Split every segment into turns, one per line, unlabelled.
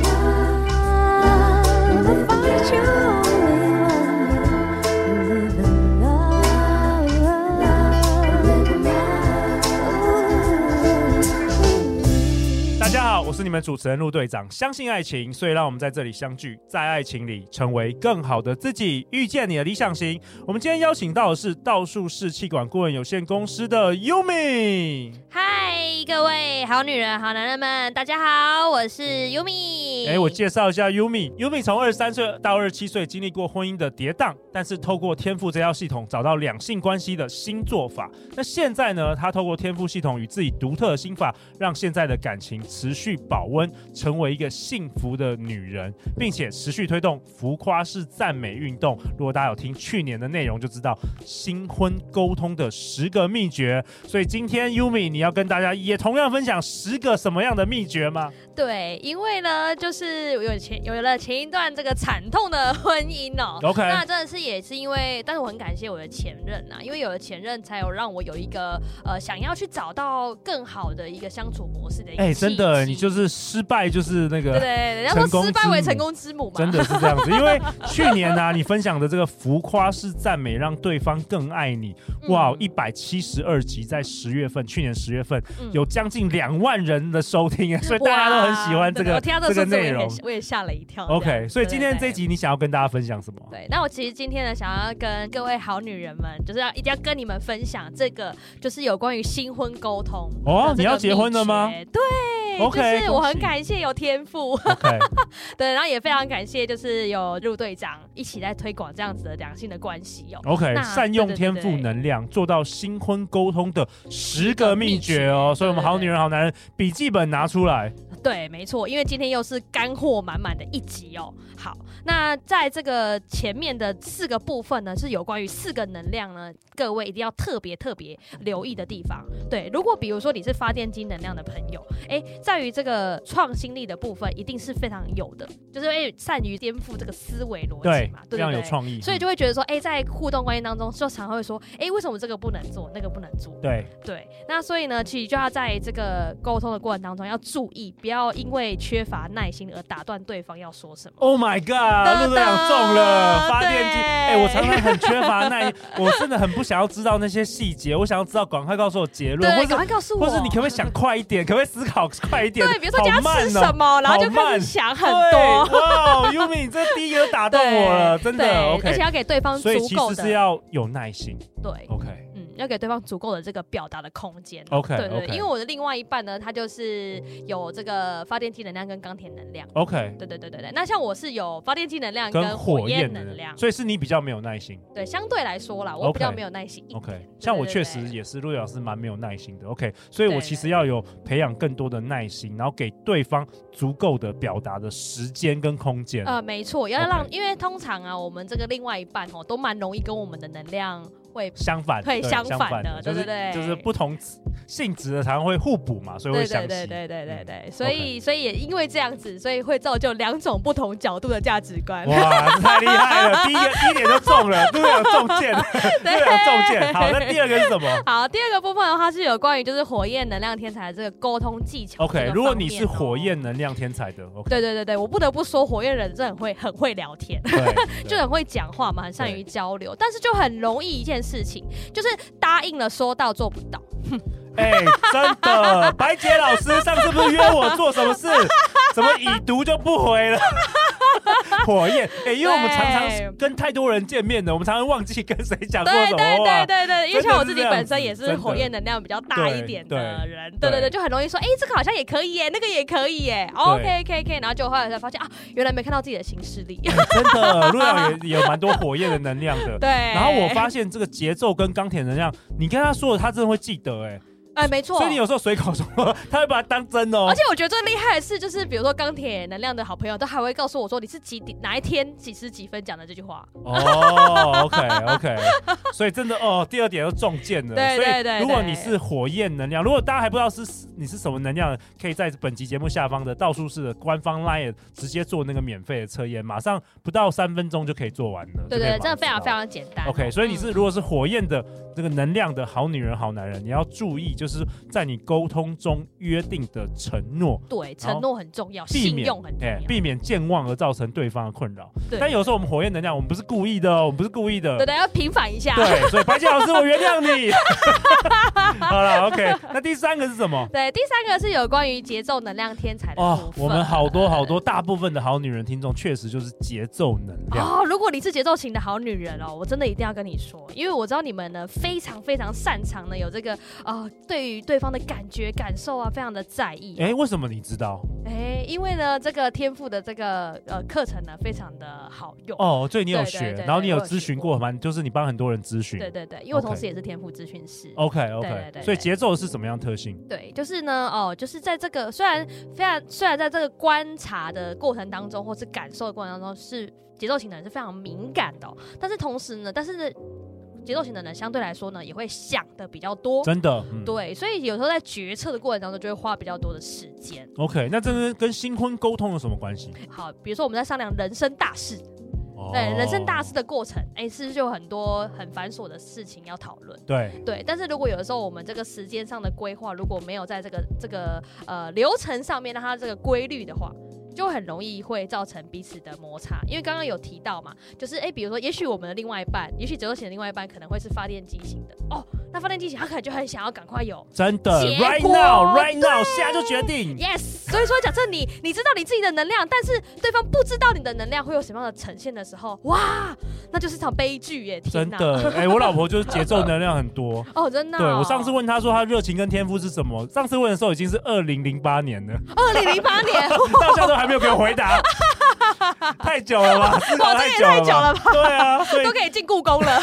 Love, find you only one. Live in love, live in love.
大家好，我是你们主持人陆队长。相信爱情，所以让我们在这里相聚，在爱情里成为更好的自己，遇见你的理想型。我们今天邀请到的是道术士气管顾问有限公司的 Yumi。
嗨，各位好女人、好男人们，大家好，我是 Yumi。
哎，我介绍一下 Yumi。Yumi 从二十三岁到二十七岁，经历过婚姻的跌宕，但是透过天赋这套系统，找到两性关系的新做法。那现在呢，她透过天赋系统与自己独特的心法，让现在的感情持续保温，成为一个幸福的女人，并且持续推动浮夸式赞美运动。如果大家有听去年的内容，就知道新婚沟通的十个秘诀。所以今天 Yumi 你要跟大家也同样分享十个什么样的秘诀吗？
对，因为呢，就是有前有了前一段这个惨痛的 婚姻哦、
OK
那真的是也是因为，但是我很感谢我的前任呐、因为有了前任，才有让我有一个呃想要去找到更好的一个相处模式的一个
哎、
契机。
真的，你就是失败就是那
对
个
对，对，人家
成功
说失败为
之母
成功之母嘛，
真的是这样 子。因为去年呢、你分享的这个浮夸式赞美，让对方更爱你。
嗯
哇，一百七十二集在十月份，去年十月份
嗯
有将近两万人的收听，所以大家都很喜
哇
欢这
真的
个
我听到
这个
数字我
内
也
容
很。我也吓了一跳。这样
OK，
子
所以今天这一。
对对
集你想要跟大家分享什 么？
对，那我其实今天呢，想要跟各位好女人们，就是要一定要跟你们分享这个，就是有关于新婚沟通
哦
的这
你
个
要结婚了吗
秘诀？对
OK，
就是我
恭
很
喜
感谢有天赋，
OK，
对，然后也非常感谢就是有陆队长一起在推广这样子的良性的关系哦。
OK，
那
善用
对对
天
对
赋
对
能量，做到新婚沟通的十个秘诀哦。所以，我们
对对
好女人、好男人笔记本拿出来。
对，没错，因为今天又是干货满满的一集哦。好，那在这个前面的四个部分呢，是有关于四个能量呢，各位一定要特别特别留意的地方。对，如果比如说你是发电机能量的朋友，哎，在于这个创新力的部分，一定是非常有的，就是哎善于颠覆这个思维逻辑
对
嘛，，
非
对
常
对
有
对。
创意。
所以就会觉得说，哎、在互动关系当中，就常会说，哎、为什么这个不能做，那个不能做？
对，
对，那所以呢，其实就要在这个沟通的过程当中要注意，不要因为缺乏耐心而打断对方要说什么。
Oh my god！陆队长中了发电机，
对
哎、我常常很缺乏耐， 我真的很不想要知道那些细节，我想要知道，赶快告诉我结论，或
对，
是
赶快告诉我，
或是你可不可以想快一点，可不可以思考快一点？
对，比如说今天
好
要
慢
吃
哦
什么，然后就
好
开
慢
始想很多。
对哇，Yumi，你这第一个就打动我了，真的
对而且
OK。
要给对方足
所以其
够
实是
的，
要哦有耐心
对，
，OK。
嗯，要给对方足够的这个表达的空间。
OK，
对对
OK
对，因为我的另外一半呢，他就是有这个发电机能量跟钢铁能量。
OK，
对对对对对，那像我是有发电机能量
跟
跟
火
火焰
焰
能量，
所以是你比较没有耐心。
对，相对来说啦，我比较
OK
没有耐心一点。
OK，像我
对
确
对
实
对
也是陆老师蛮没有耐心的。OK，所以我
对
其实
对
要有培养更多的耐心，然后给对方足够的表达的时间跟空间。
呃，没错，要让
OK
因为通常啊，我们这个另外一半哦，都蛮容易跟我们的能量会。
相反，
对相反的
就是
对对对
就是不同性质的才会互补嘛，所以会
对
相
对
吸。
对对对对
嗯
对，所以所以也因为这样子，所以会造就两种不同角度的价值观。
哇，这太厉害了！第一个第一点就中了，陆队长中箭， 陆队长中箭。好，那第二个是什么
好，第二个部分的话是有关于就是火焰能量天才的这个沟通技巧这个方
？OK，
面哦。
如果你是火焰能量天才的，OK，
对对对对，我不得不说，火焰人真的很会很会聊天。
对，
就很会讲话嘛，很善于交流，但是就很容易一件事情，就是答应了说到做不到。
哎、真的，白姐老师上次不是约我做什么 事？怎么已读就不回了？ 火焰，哎、因为我们常常
对
跟太多人见面的，我们常常忘记跟谁讲过
对
什么
对
话
对。对对，因为像我自己本身也
真
是
的
火焰能量比较大一点的人，对
对
对对，就很容易说，哎，这个好像也可以耶，那个也可以耶，OK OK OK，然后就后来才发现啊，原来没看到自己的行事历。
哎真的，陆阳也也有蛮多火焰的能量的。
对，
然后我发现这个节奏跟钢铁能量，你跟他说了，他真的会记得、哎，
哎，没错
所。以你有时候随口说， 他会把它当真哦
而。且我觉得最厉害的是，就是比如说钢铁能量的好朋友，都还会告诉我说你是几点哪一天几时几分讲的这句话。
哦，OK OK，所以真的哦，第二点又中箭了。
对
所以
对对
如果
对
你是火焰能量，如果大家还不知道是你是什么能量，可以在本集节目下方的倒数式的官方 LINE 直接做那个免费的测验，马上不到三分钟就可以做完了。
对
就可以
对，
马
真
上
的非常
知
非
道。
常简单。
OK，所以你是
嗯
如果是火焰的这个能量的好女人、好男人，你要注意，就是在你沟通中约定的承诺，
对承诺很重要，
避
信
免
用很重
哎
要。
避免健忘而造成对方的困扰。
对
但有时候我们火焰能量，我们不是故意的哦，我们不是故意的。
对对，要平反一下。
对，所以白洁老师，我原谅 你。好了，OK。那第三个是什么？
对，第三个是有关于节奏能量天才的
哦
部，分
我们好多好多，大部分的好女人听众确实就是节奏能量。
哦，如果你是节奏型的好女人哦，我真的一定要跟你说，因为我知道你们呢非常非常擅长呢有这个呃对于对方的感觉感受啊，非常的在意。
哎，为什么你知道？
哎，因为呢这个天赋的这个呃课程呢非常的好用。
哦，所以你有
对对
学
对，对
然后你有
我有
咨询
学
过吗？就是你帮很多人咨询。
对对对，因为我同
OK
时也是天赋咨询师。
OK
对对
OK，
对
所以节奏是什么样特性？
对，就是呢，哦，就是在这个虽然非常虽然在这个观察的过程当中，或是感受的过程当中，是节奏型的人是非常敏感的哦、但是同时呢，但是呢节奏型的人相对来说呢，也会想的比较多。
真的，嗯，
对，所以有时候在决策的过程当中，就会花比较多的时间。
OK，那这跟跟新婚沟通有什么关系？
好，比如说我们在商量人生大事，对、人生大事的过程，哎，是不是就有很多很繁琐的事情要讨论？
哦对，
对，但是如果有的时候我们这个时间上的规划如果没有在这个这个呃流程上面让它这个规律的话，就很容易会造成彼此的摩擦。因为刚刚有提到嘛，就是诶，比如说，也许我们的另外一半，也许折型的另外一半可能会是发电机型的哦，那发电机型他可能就很想要赶快有。
真的
结果
，right now，right
对
now，现在就决定。
Yes，所以说，假设你你知道你自己的能量，但是对方不知道你的能量会有什么样的呈现的时候，哇，那就是一场悲剧耶！天
真
哪，
的，哎、我老婆就是节奏能量很多。
哦，真的哦、
对我上次问她说她热情跟天赋是什么，上次问的时候已经是二零零八年了，
二零零八年，
到现在都还没有给我回 答，太久了吧？思考
哦哇这也
久了
太久了
吧？ 对啊，所以
都可以进故宫 了。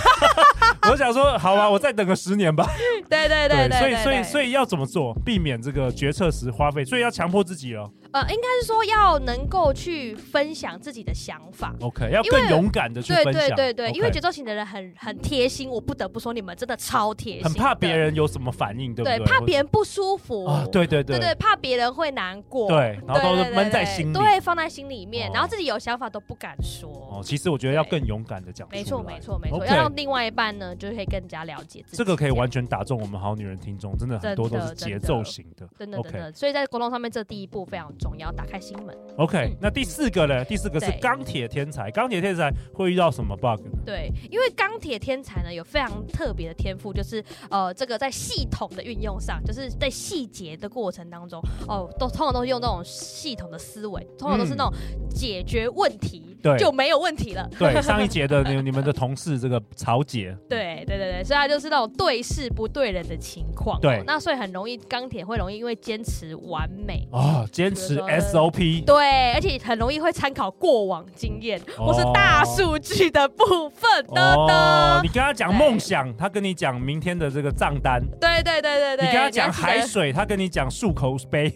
我想说，好吧，我再等个十年吧。
对对啊对对，
所以所以所
以
以要怎么做，避免这个决策时花费？所以要强迫自己了
呃，应该是说要能够去分享自己的想法。
，OK，要
因
更
为
勇敢的去
对
分享。
对对对，
OK
因为节奏型的人很很贴心，我不得不说你们真的超贴心的，
很怕别人有什么反应，对不
对
对？
怕别人不舒服
啊，对对
对
对
对，怕别人会难过，
对然后都
对
是
对
闷在
对
心里。
对，放在心里面，
哦
然后自己有想法都不敢说
哦，。其实我觉得要
对
更勇敢的讲出来。
没错没错没错，
OK
要让另外一半呢，就可以更加了解自己。
这个可以完全打中我们好女人听众，真的很多都是节奏型的。
真的真
OK
的，所以在沟通上面，这第一步非常重要，打开心门。
OK，
嗯
那第四个呢？第四个是
对
钢铁天才，钢铁天才会遇到什么 bug 呢？
对，因为钢铁天才呢有非常特别的天赋，就是呃，这个在系统的运用上，就是在细节的过程当中，哦，都通常都是用那种系统的思维，通常都是那种解决问题、
嗯对
就没有问题了。
对，上一节的你你们的同事这个曹姐，
对对对对，所以它就是那种对事不对人的情况。哦
对
那所以很容易钢铁会容易因为坚持完美。
啊，坚持
觉得
SOP，
对，而且很容易会参考过往经验、
哦
或是大数据的部分的
哦
的，。
你跟他讲
对
梦想，他跟你讲明天的这个账单；
对对对对对，
你跟他
要
讲
记得
海水，他跟你讲漱口杯。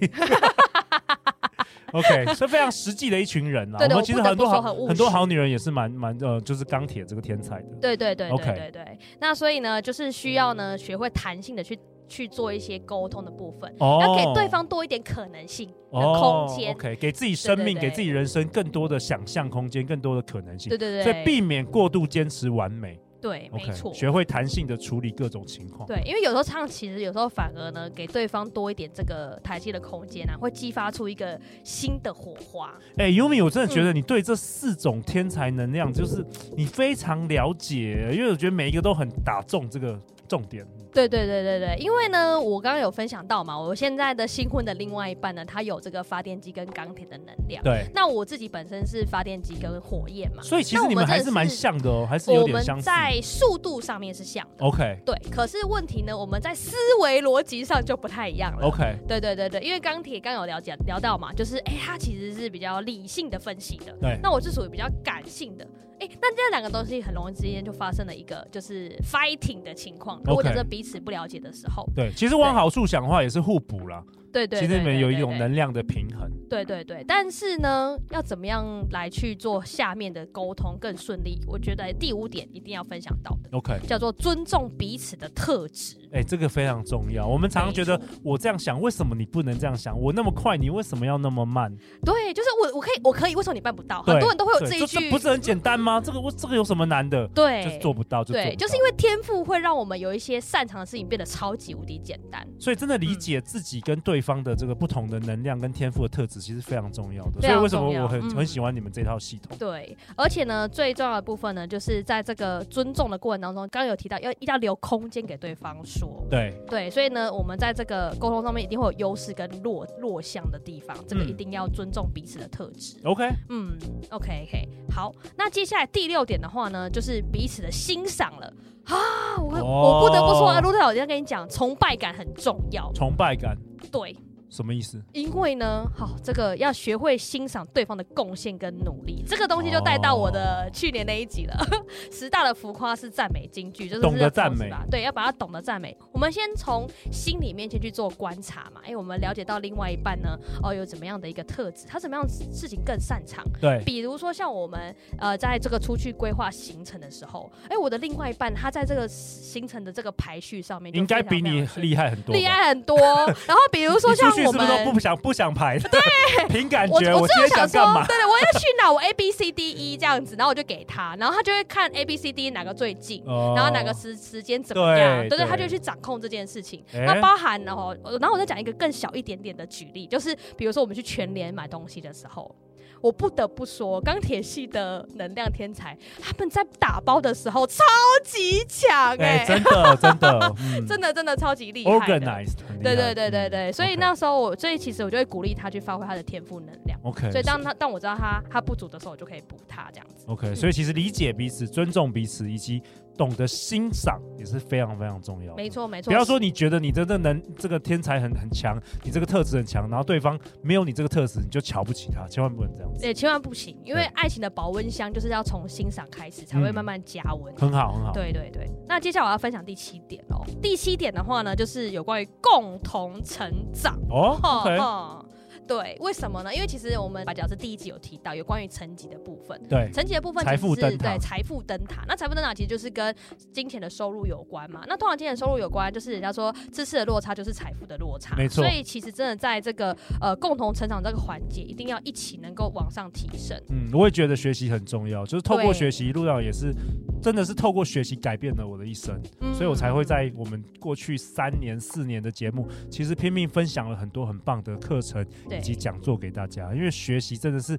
OK，是非 常实际的一群人啦。啊
对对
我
我
们其实
不得
很多
不说
好
很务
很多
实
好女人也是蛮蛮呃，就是钢铁这个天才的。
对对对
OK
对对对。那所以呢，就是需要呢学会弹性的去去做一些沟通的部分，
哦
要给对方多一点可能性的空间。
OK，给自己生命、
对对对
给自己人生更多的想象空间、更多的可能性
对，对对，
所以避免过度坚持完美。
对，没
OK，
错。
学会弹性的处理各种情况。
对，因为有时候唱，其实有时候反而呢，给对方多一点这个台阶的空间啊，会激发出一个新的火花。
哎，Yumi，我真的觉
嗯
得你对这四种天才能量，就是你非常了解，因为我觉得每一个都很打中这个重点。
对对对对对，因为呢，我刚刚有分享到嘛，我现在的新婚的另外一半呢，他有这个发电机跟钢铁的能量。
对，
那我自己本身是发电机跟火焰嘛，
所以其实
那我
你
们
们还
真的
是蛮
是
像的哦，还是有
嗯我
点
们
相似。
在速度上面是像的。
OK
对，可是问题呢，我们在思维逻辑上就不太一样了。
OK，
对对对对，因为钢铁刚有了解聊到嘛，就是哎，他其实是比较理性的分析的，
对
那我是属于比较感性的。哎、那这两个东西很容易之间就发生了一个就是 fighting 的情况，如果
OK
假设彼此不了解的时候，
对，其实往好处想的话也是互补啦。
对对
其实你们有一种
能。对对
能量的平衡。
对对对，但是呢，要怎么样来去做下面的沟通更顺利？我觉得第五点一定要分享到的，
OK，
叫做尊重彼此的特质。
哎、这个非常重要。我们常常觉得我这样想，为什么你不能这样想？我那么快，你为什么要那么慢？
对，就是我我可以我可以，为什么你办不到？
对
很多人都会有
对
这一
这
句，
不是很简单吗？这个我这个有什么难的？
对，
就是做不到，就做不到
对，就是因为天赋会让我们有一些擅长的事情变得超级无敌简单。
所以真的
嗯
理解自己跟对方的这个不同的能量跟天赋的特质，其实非常重要的。所
非
以
常
为什么
重要
我很、
嗯
很喜欢你们这套系统？
对，而且呢，最重要的部分呢，就是在这个尊重的过程当中，刚刚有提到要一定要留空间给对方说。
对，
对，所以呢，我们在这个沟通上面一定会有优势跟弱弱项的地方，这个
嗯哦
一定要尊重彼此的特质。
OK，
嗯 o k OK，好，那接下来第六点的话呢，就是彼此的欣赏了啊，我、我不得不说啊，
哦
陆队长，我要跟你讲，崇拜感很重要，
崇拜感
对，
什么意思？
因为呢，好、这个要学会欣赏对方的贡献跟努力，这个东西就带到我的去年那一集了。 十大的浮夸是赞美金句，就是
懂得
要
赞美
重视吧，对，要把它懂得赞美。我们先从心里面先去做观察嘛，哎，我们了解到另外一半呢，哦，有怎么样的一个特质，他怎么样事情更擅长。
对，
比如说，像我们呃，在这个出去规划行程的时候，哎，我的另外一半他在这个行程的这个排序上面就
应该
非常
比
非
你
常顺
厉害很多吧。
厉害很多。然后比如说
你
像
出去
我
是不
们
是都不想不想排？对，凭感
我
觉。今
我最后
天
想说
干，嘛？
对对，我要去哪？我 A B C D E 这样子，然后我就给他，然后他就会看 A B C D E 哪个最近。
哦
然后哪个时时间怎么样？
对
对对，
对
他就去掌控这件事情。
哎
那包含哦，然后我再讲一个更小一点点的举例，就是比如说我们去全联买东西的时候，我不得不说钢铁系的能量天才，他们在打包的时候超级强
哎、
哎、
真 的真的，嗯
真的真的超级厉害的。
organized，很厉害
对对对对对，
嗯
所以那时候我，所以其实我就会鼓励他去发挥他的天赋能量。
OK，
所
OK，
以当嗯他当我知道他他不足的时候，我就可以补他这样子。
OK，所以其实理解彼此、尊重彼此以及懂得欣赏也是非常非常重要的。
没错没错，
哦不要说你觉得你真的能这个天才很很强，你这个特质很强，然后对方没有你这个特质，你就瞧不起他，千万不能这样子。
也千万不行，因为
对
爱情的保温箱就是要从欣赏开始，才会
嗯
慢慢加温。
很好，很好。
对对对，那接下来我要分享第七点哦。第七点的话呢，就是有关于共同成长。
哦
哦
，OK，
哦 对，为什么呢？因为其实我们白老师第一集有提到有关于层级的部分，
对，
层级的部分
财富
其实
灯
是
塔
对财富灯塔。那财富灯塔其实就是跟金钱的收入有关嘛。那通常金钱收入有关，就是人家说知识的落差就是财富的落差，
没错
所以其实真的在这个呃共同成长这个环节，一定要一起能够往上提升。
嗯，我也觉得学习很重要，就是透过
对
学习，一路上也是真的是透过学习改变了我的一生。
嗯
所以我才会在我们过去三年、四年的节目，其实拼命分享了很多很棒的课程
嗯对
以及讲座给大家。因为学习真的是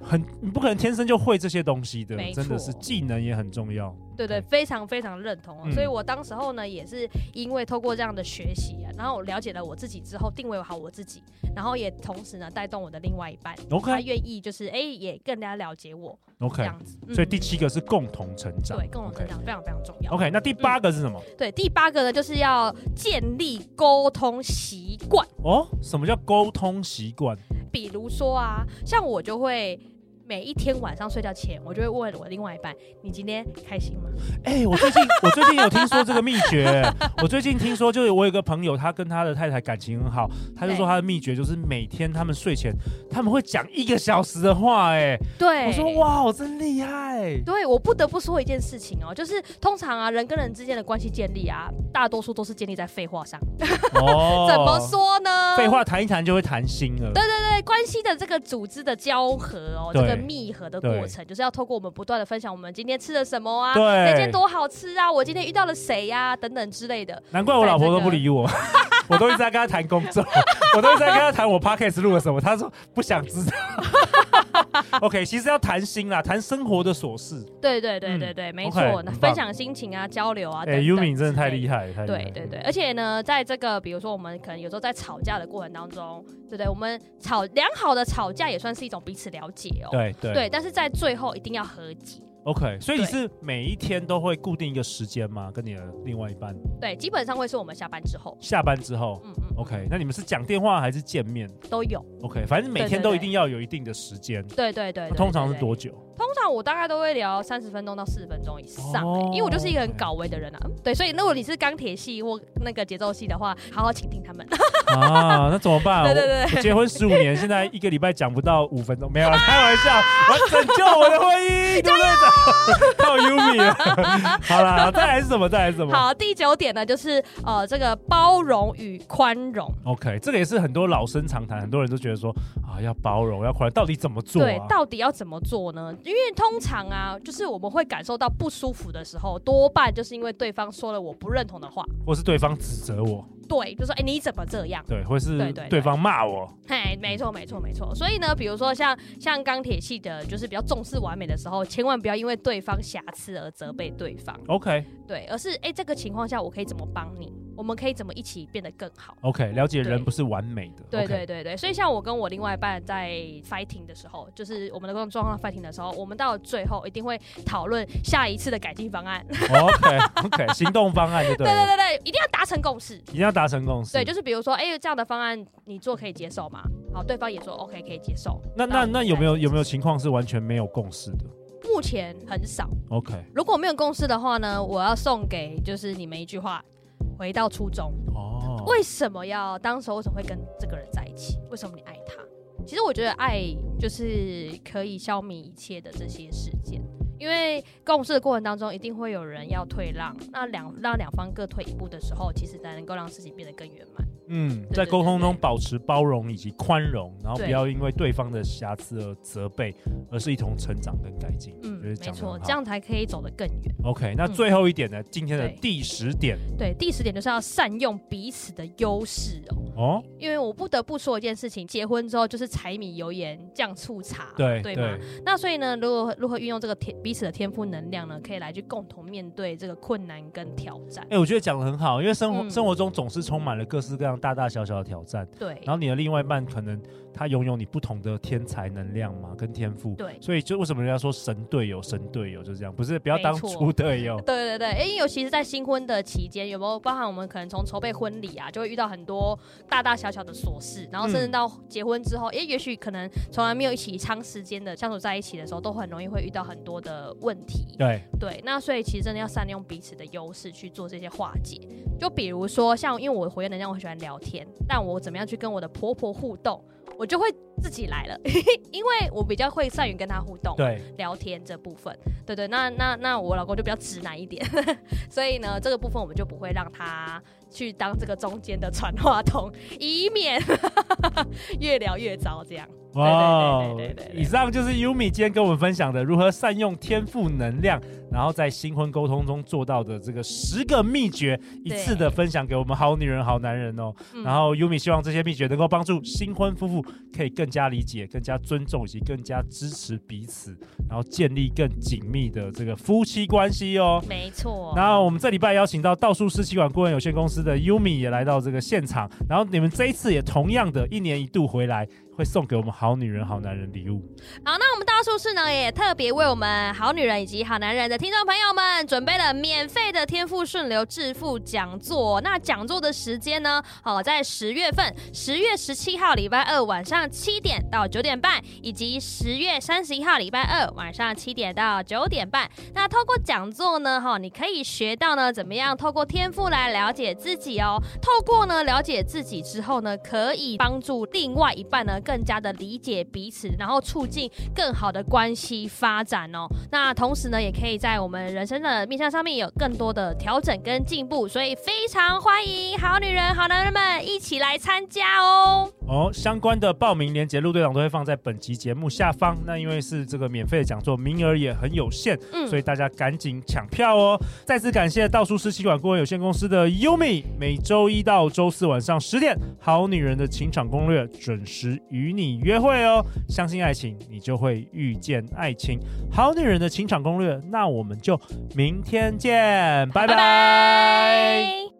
很，你不可能天生就会这些东西的
没，错
真的是技能也很重要。
对对，非常非常认同、哦
嗯
所以我当时候呢，也是因为透过这样的学习啊，然后我了解了我自己之后，定位好我自己，然后也同时呢带动我的另外一半，他
OK
愿意就是哎、也更加了解我这
OK，
样子。嗯
所以第七个是共同成长，
对嗯共同成。长非常非常重要。
OK，那第八个是什么？
对，第八个呢，就是要建立沟通习惯。
哦，什么叫沟通习惯？
比如说啊，像我就会每一天晚上睡觉前，我就会问我另外一半：“你今天开心吗
哎、我最近我最近有听说这个秘诀，我最近听说就是我有一个朋友，他跟他的太太感情很好，他就说
对
他的秘诀就是每天他们睡前他们会讲一个小时的话、哎，？”
对，
我说。哇，我真厉害，
对，我不得不说一件事情哦，就是通常啊，人跟人之间的关系建立啊，大多数都是建立在废话上。
哦
怎么？说呢？
废话谈一谈就会谈心了，
对对对，关系的这个组织的交合哦，这
对
个密合的过程，就是要透过我们不断的分享我们今天吃了什么啊，
对
那天多好吃啊，我今天遇到了谁呀、等等之类的。
难怪我老婆都不理我，我都一直在跟她谈工作， 我都一直在跟她谈我 podcast 录了什么，她说不想知道。OK，其实要谈心啦，谈生活的琐事。
对对对
嗯
对对，没
OK，
错，
很
那
棒
分享心情啊，交流啊，
哎、
等
y u
等
m i 真的太
之类
厉害，太厉害。
对对对，而且呢，在这个比如说我们可能有时候在吵架的过程当中，对不对？我们吵良好的吵架也算是一种彼此了解哦。
对对
对，但是在最后一定要和解。
OK，所以你
对
是每一天都会固定一个时间吗？跟你的另外一半
对，基本上会是我们下班之后。
下班之后、
嗯嗯，
OK，那你们是讲电话还是见面
都有。
？OK，反正每天
对对
都
对
一定要有一定的时间。
对对对对
通常是
对对
多久？
通常我大概都会聊三十分钟到四十分钟以上、欸
哦
因为我就是一个很搞维的人啊。嗯对，所以如果你是钢铁系或那个节奏系的话，好好倾听他们。
啊，那怎么 办？
对对对
我我结婚十五年，现在一个礼拜讲不到五分钟，没有啦， 开玩笑，我拯救我的婚姻，对不对？靠 Yumi 了， 好啦，再来是什么？再来是什么
好，第九点呢，就是呃，这个包容与宽容。
？OK，这个也是很多老生常谈，很多人都觉得说啊，要包容，要宽容，到底怎么做、啊？
对，到底要怎么做呢？因为通常啊，就是我们会感受到不舒服的时候，多半就是因为对方说了我不认同的话，
或是对方指责我，
对，就说哎、你怎么这样？
对，或是
对对
对方骂我，
嘿，没错，没错，没错。所以呢，比如说像像钢铁系的，就是比较重视完美的时候，千万不要因为对方瑕疵而责备对方，
OK
对，而是哎、这个情况下我可以怎么帮你？我们可以怎么一起变得更好？
OK，了解人
对
不是完美的，
对
OK
对对对，所以像我跟我另外一半在 fighting 的时候，就是我们的工作状况 fighting 的时候，我们到了最后一定会讨论下一次的改进方案。
OK OK，行哦 动方案就对
对对
了，
对对，一定要达成共识。
一定要达成共识。
对，就是比如说，哎、这样的方案你做可以接受吗？好，对方也说 OK 可以接受。
那
然
那
后我们
那
再
有没有
去
有没有
执
情况是完全没有共识的
行？目前很少。
？OK，
如果没有共识的话呢，我要送给就是你们一句话：回到初衷。
哦，
为什么要当时候为什么会跟这个人在一起？为什么你爱他？其实我觉得爱就是可以消弭一切的这些事件，因为共事的过程当中一定会有人要退让，那两让两方各退一步的时候，其实才能够让事情变得更圆满。
嗯，
对
在沟通中
对对
保持包容以及宽容，然后
对
不要因为对方的瑕疵而责备，而是一同成长跟改进。
嗯，
觉得
没
讲得
错，
很好
这样才可以走得更远。
OK。那
嗯
最后一点呢？今天的
对
第十点
对，第十点就是要善用彼此的优势哦。
哦，
因为我不得不说一件事情，结婚之后就是柴米油盐酱醋茶，
对
啊对吗？那所以呢，如果如何运用这个天彼此的天赋能量呢，可以来去共同面对这个困难跟挑战。
哎，我觉得讲的很好，因为生活
嗯
生活中总是充满了各式各样大大小小的挑战，
对
然后你的另外一半可能他拥有你不同的天才能量嘛，跟天赋。
对
所以就为什么人家说神队友，神队友就这样，不是不要
没
当
错
猪队 友。
对对对，哎，尤其是在新婚的期间，有没有包含我们可能从筹备婚礼啊，就会遇到很多大大小小的琐事，然后甚至
嗯
到结婚之后，哎、也许可能从来没有一起长时间的相处在一起的时候，都很容易会遇到很多的问题。
对，
对，那所以其实真的要善用彼此的优势去做这些化解。就比如说，像因为我活跃能量，我很喜欢聊天，但我怎么样去跟我的婆婆互动，我就会自己来了， 因为我比较会善于跟她互动，
对，
聊天这部分。对对，那那那我老公就比较直男一点， 所以呢，这个部分我们就不会让他去当这个中间的传话筒，以免 越聊越糟这样。
哦
对对对对对对
以上就是 Yumi 今天跟我们分享的如何善用天赋能量，然后在新婚沟通中做到的这个十个秘诀，一
对
次的分享给我们好女人、好男人哦。
嗯
然后 Yumi 希望这些秘诀能够帮助新婚夫妇可以更加理解、更加尊重以及更加支持彼此，然后建立更紧密的这个夫妻关系哦。
没错，
那我们这礼拜邀请到道术师气管顾问有限公司的 Yumi 也来到这个现场，然后你们这一次也同样的一年一度回来，会送给我们好女人好男人礼物。
好，那我们大叔室呢也特别为我们好女人以及好男人的听众朋友们准备了免费的天赋顺流致富讲座。那讲座的时间呢，哦，在十月份，十月十七号礼拜二晚上七点到九点半，以及十月三十一号礼拜二晚上七点到九点半。那透过讲座呢，哈、你可以学到呢怎么样透过天赋来了解自己哦。透过呢了解自己之后呢，可以帮助另外一半呢更加的理解彼此，然后促进更好的关系发展哦。那同时呢，也可以在我们人生的面向上面有更多的调整跟进步，所以非常欢迎好女人、好男人们一起来参加哦。
哦，相关的报名链接，陆队长都会放在本集节目下方。那因为是这个免费的讲座，名额也很有限，
嗯
所以大家赶紧抢票哦！再次感谢道术师气管顾问有限公司的 Yumi，每周一到周四晚上十点，《好女人的情场攻略》准时与你约会哦！相信爱情，你就会遇见爱情。好女人的情场攻略，那我们就明天见，拜拜